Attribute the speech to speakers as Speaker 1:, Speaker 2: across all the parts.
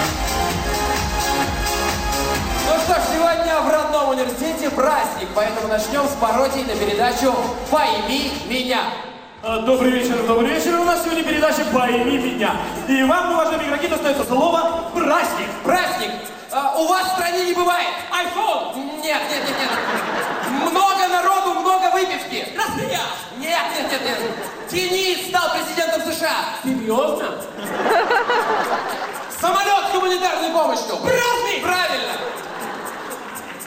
Speaker 1: Ну праздник, поэтому начнем с пародии на передачу «Пойми меня».
Speaker 2: А, Добрый вечер, добрый вечер. У нас сегодня передача «Пойми меня». И вам, уважаемые игроки, достается слово «праздник».
Speaker 1: Праздник а, у вас в стране не бывает.
Speaker 2: Айфон!
Speaker 1: Нет, нет, нет, нет. Много народу, много выпивки. Россия! Нет, нет, нет, нет. Денис стал президентом США.
Speaker 2: Серьезно?
Speaker 1: Самолет с гуманитарной помощью.
Speaker 2: Праздник!
Speaker 1: Правильно.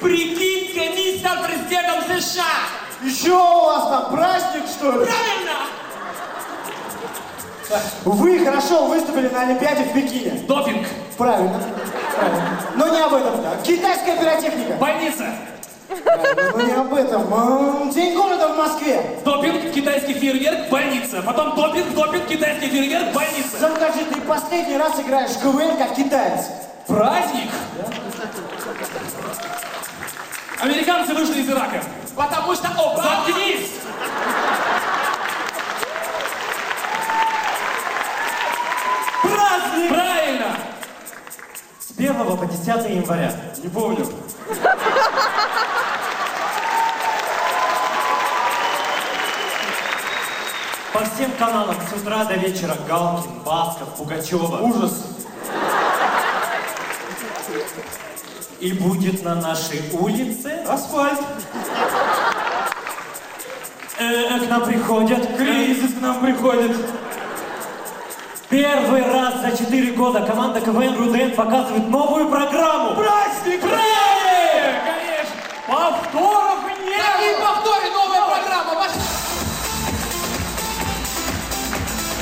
Speaker 2: Прикинь, Денис стал президентом США!
Speaker 3: Еще у вас там праздник, что ли?
Speaker 2: Правильно!
Speaker 3: Вы хорошо выступили на Олимпиаде в Пекине.
Speaker 2: Допинг!
Speaker 3: Правильно. Правильно. Но не об этом, да. Китайская пиротехника.
Speaker 2: Больница!
Speaker 3: Но не об этом. М, День города в Москве.
Speaker 2: Допинг, китайский фейерверк, больница. Потом допинг, допинг, китайский фейерверк, больница.
Speaker 3: Закажи, ты последний раз играешь в КВН как китаец.
Speaker 2: Праздник! Американцы вышли из Ирака.
Speaker 1: Потому что оба...
Speaker 2: Заткнись! Праздник! Правильно!
Speaker 4: С 1 по 10 января.
Speaker 2: Не помню.
Speaker 4: По всем каналам с утра до вечера Галкин, Басков, Пугачева. Ужас. И будет на нашей улице асфальт. Э, к нам приходят. Кризис к нам приходит. Первый раз за 4 года команда КВН РУДН показывает новую программу. Праздник!
Speaker 2: Правильно! Конечно! Повтор!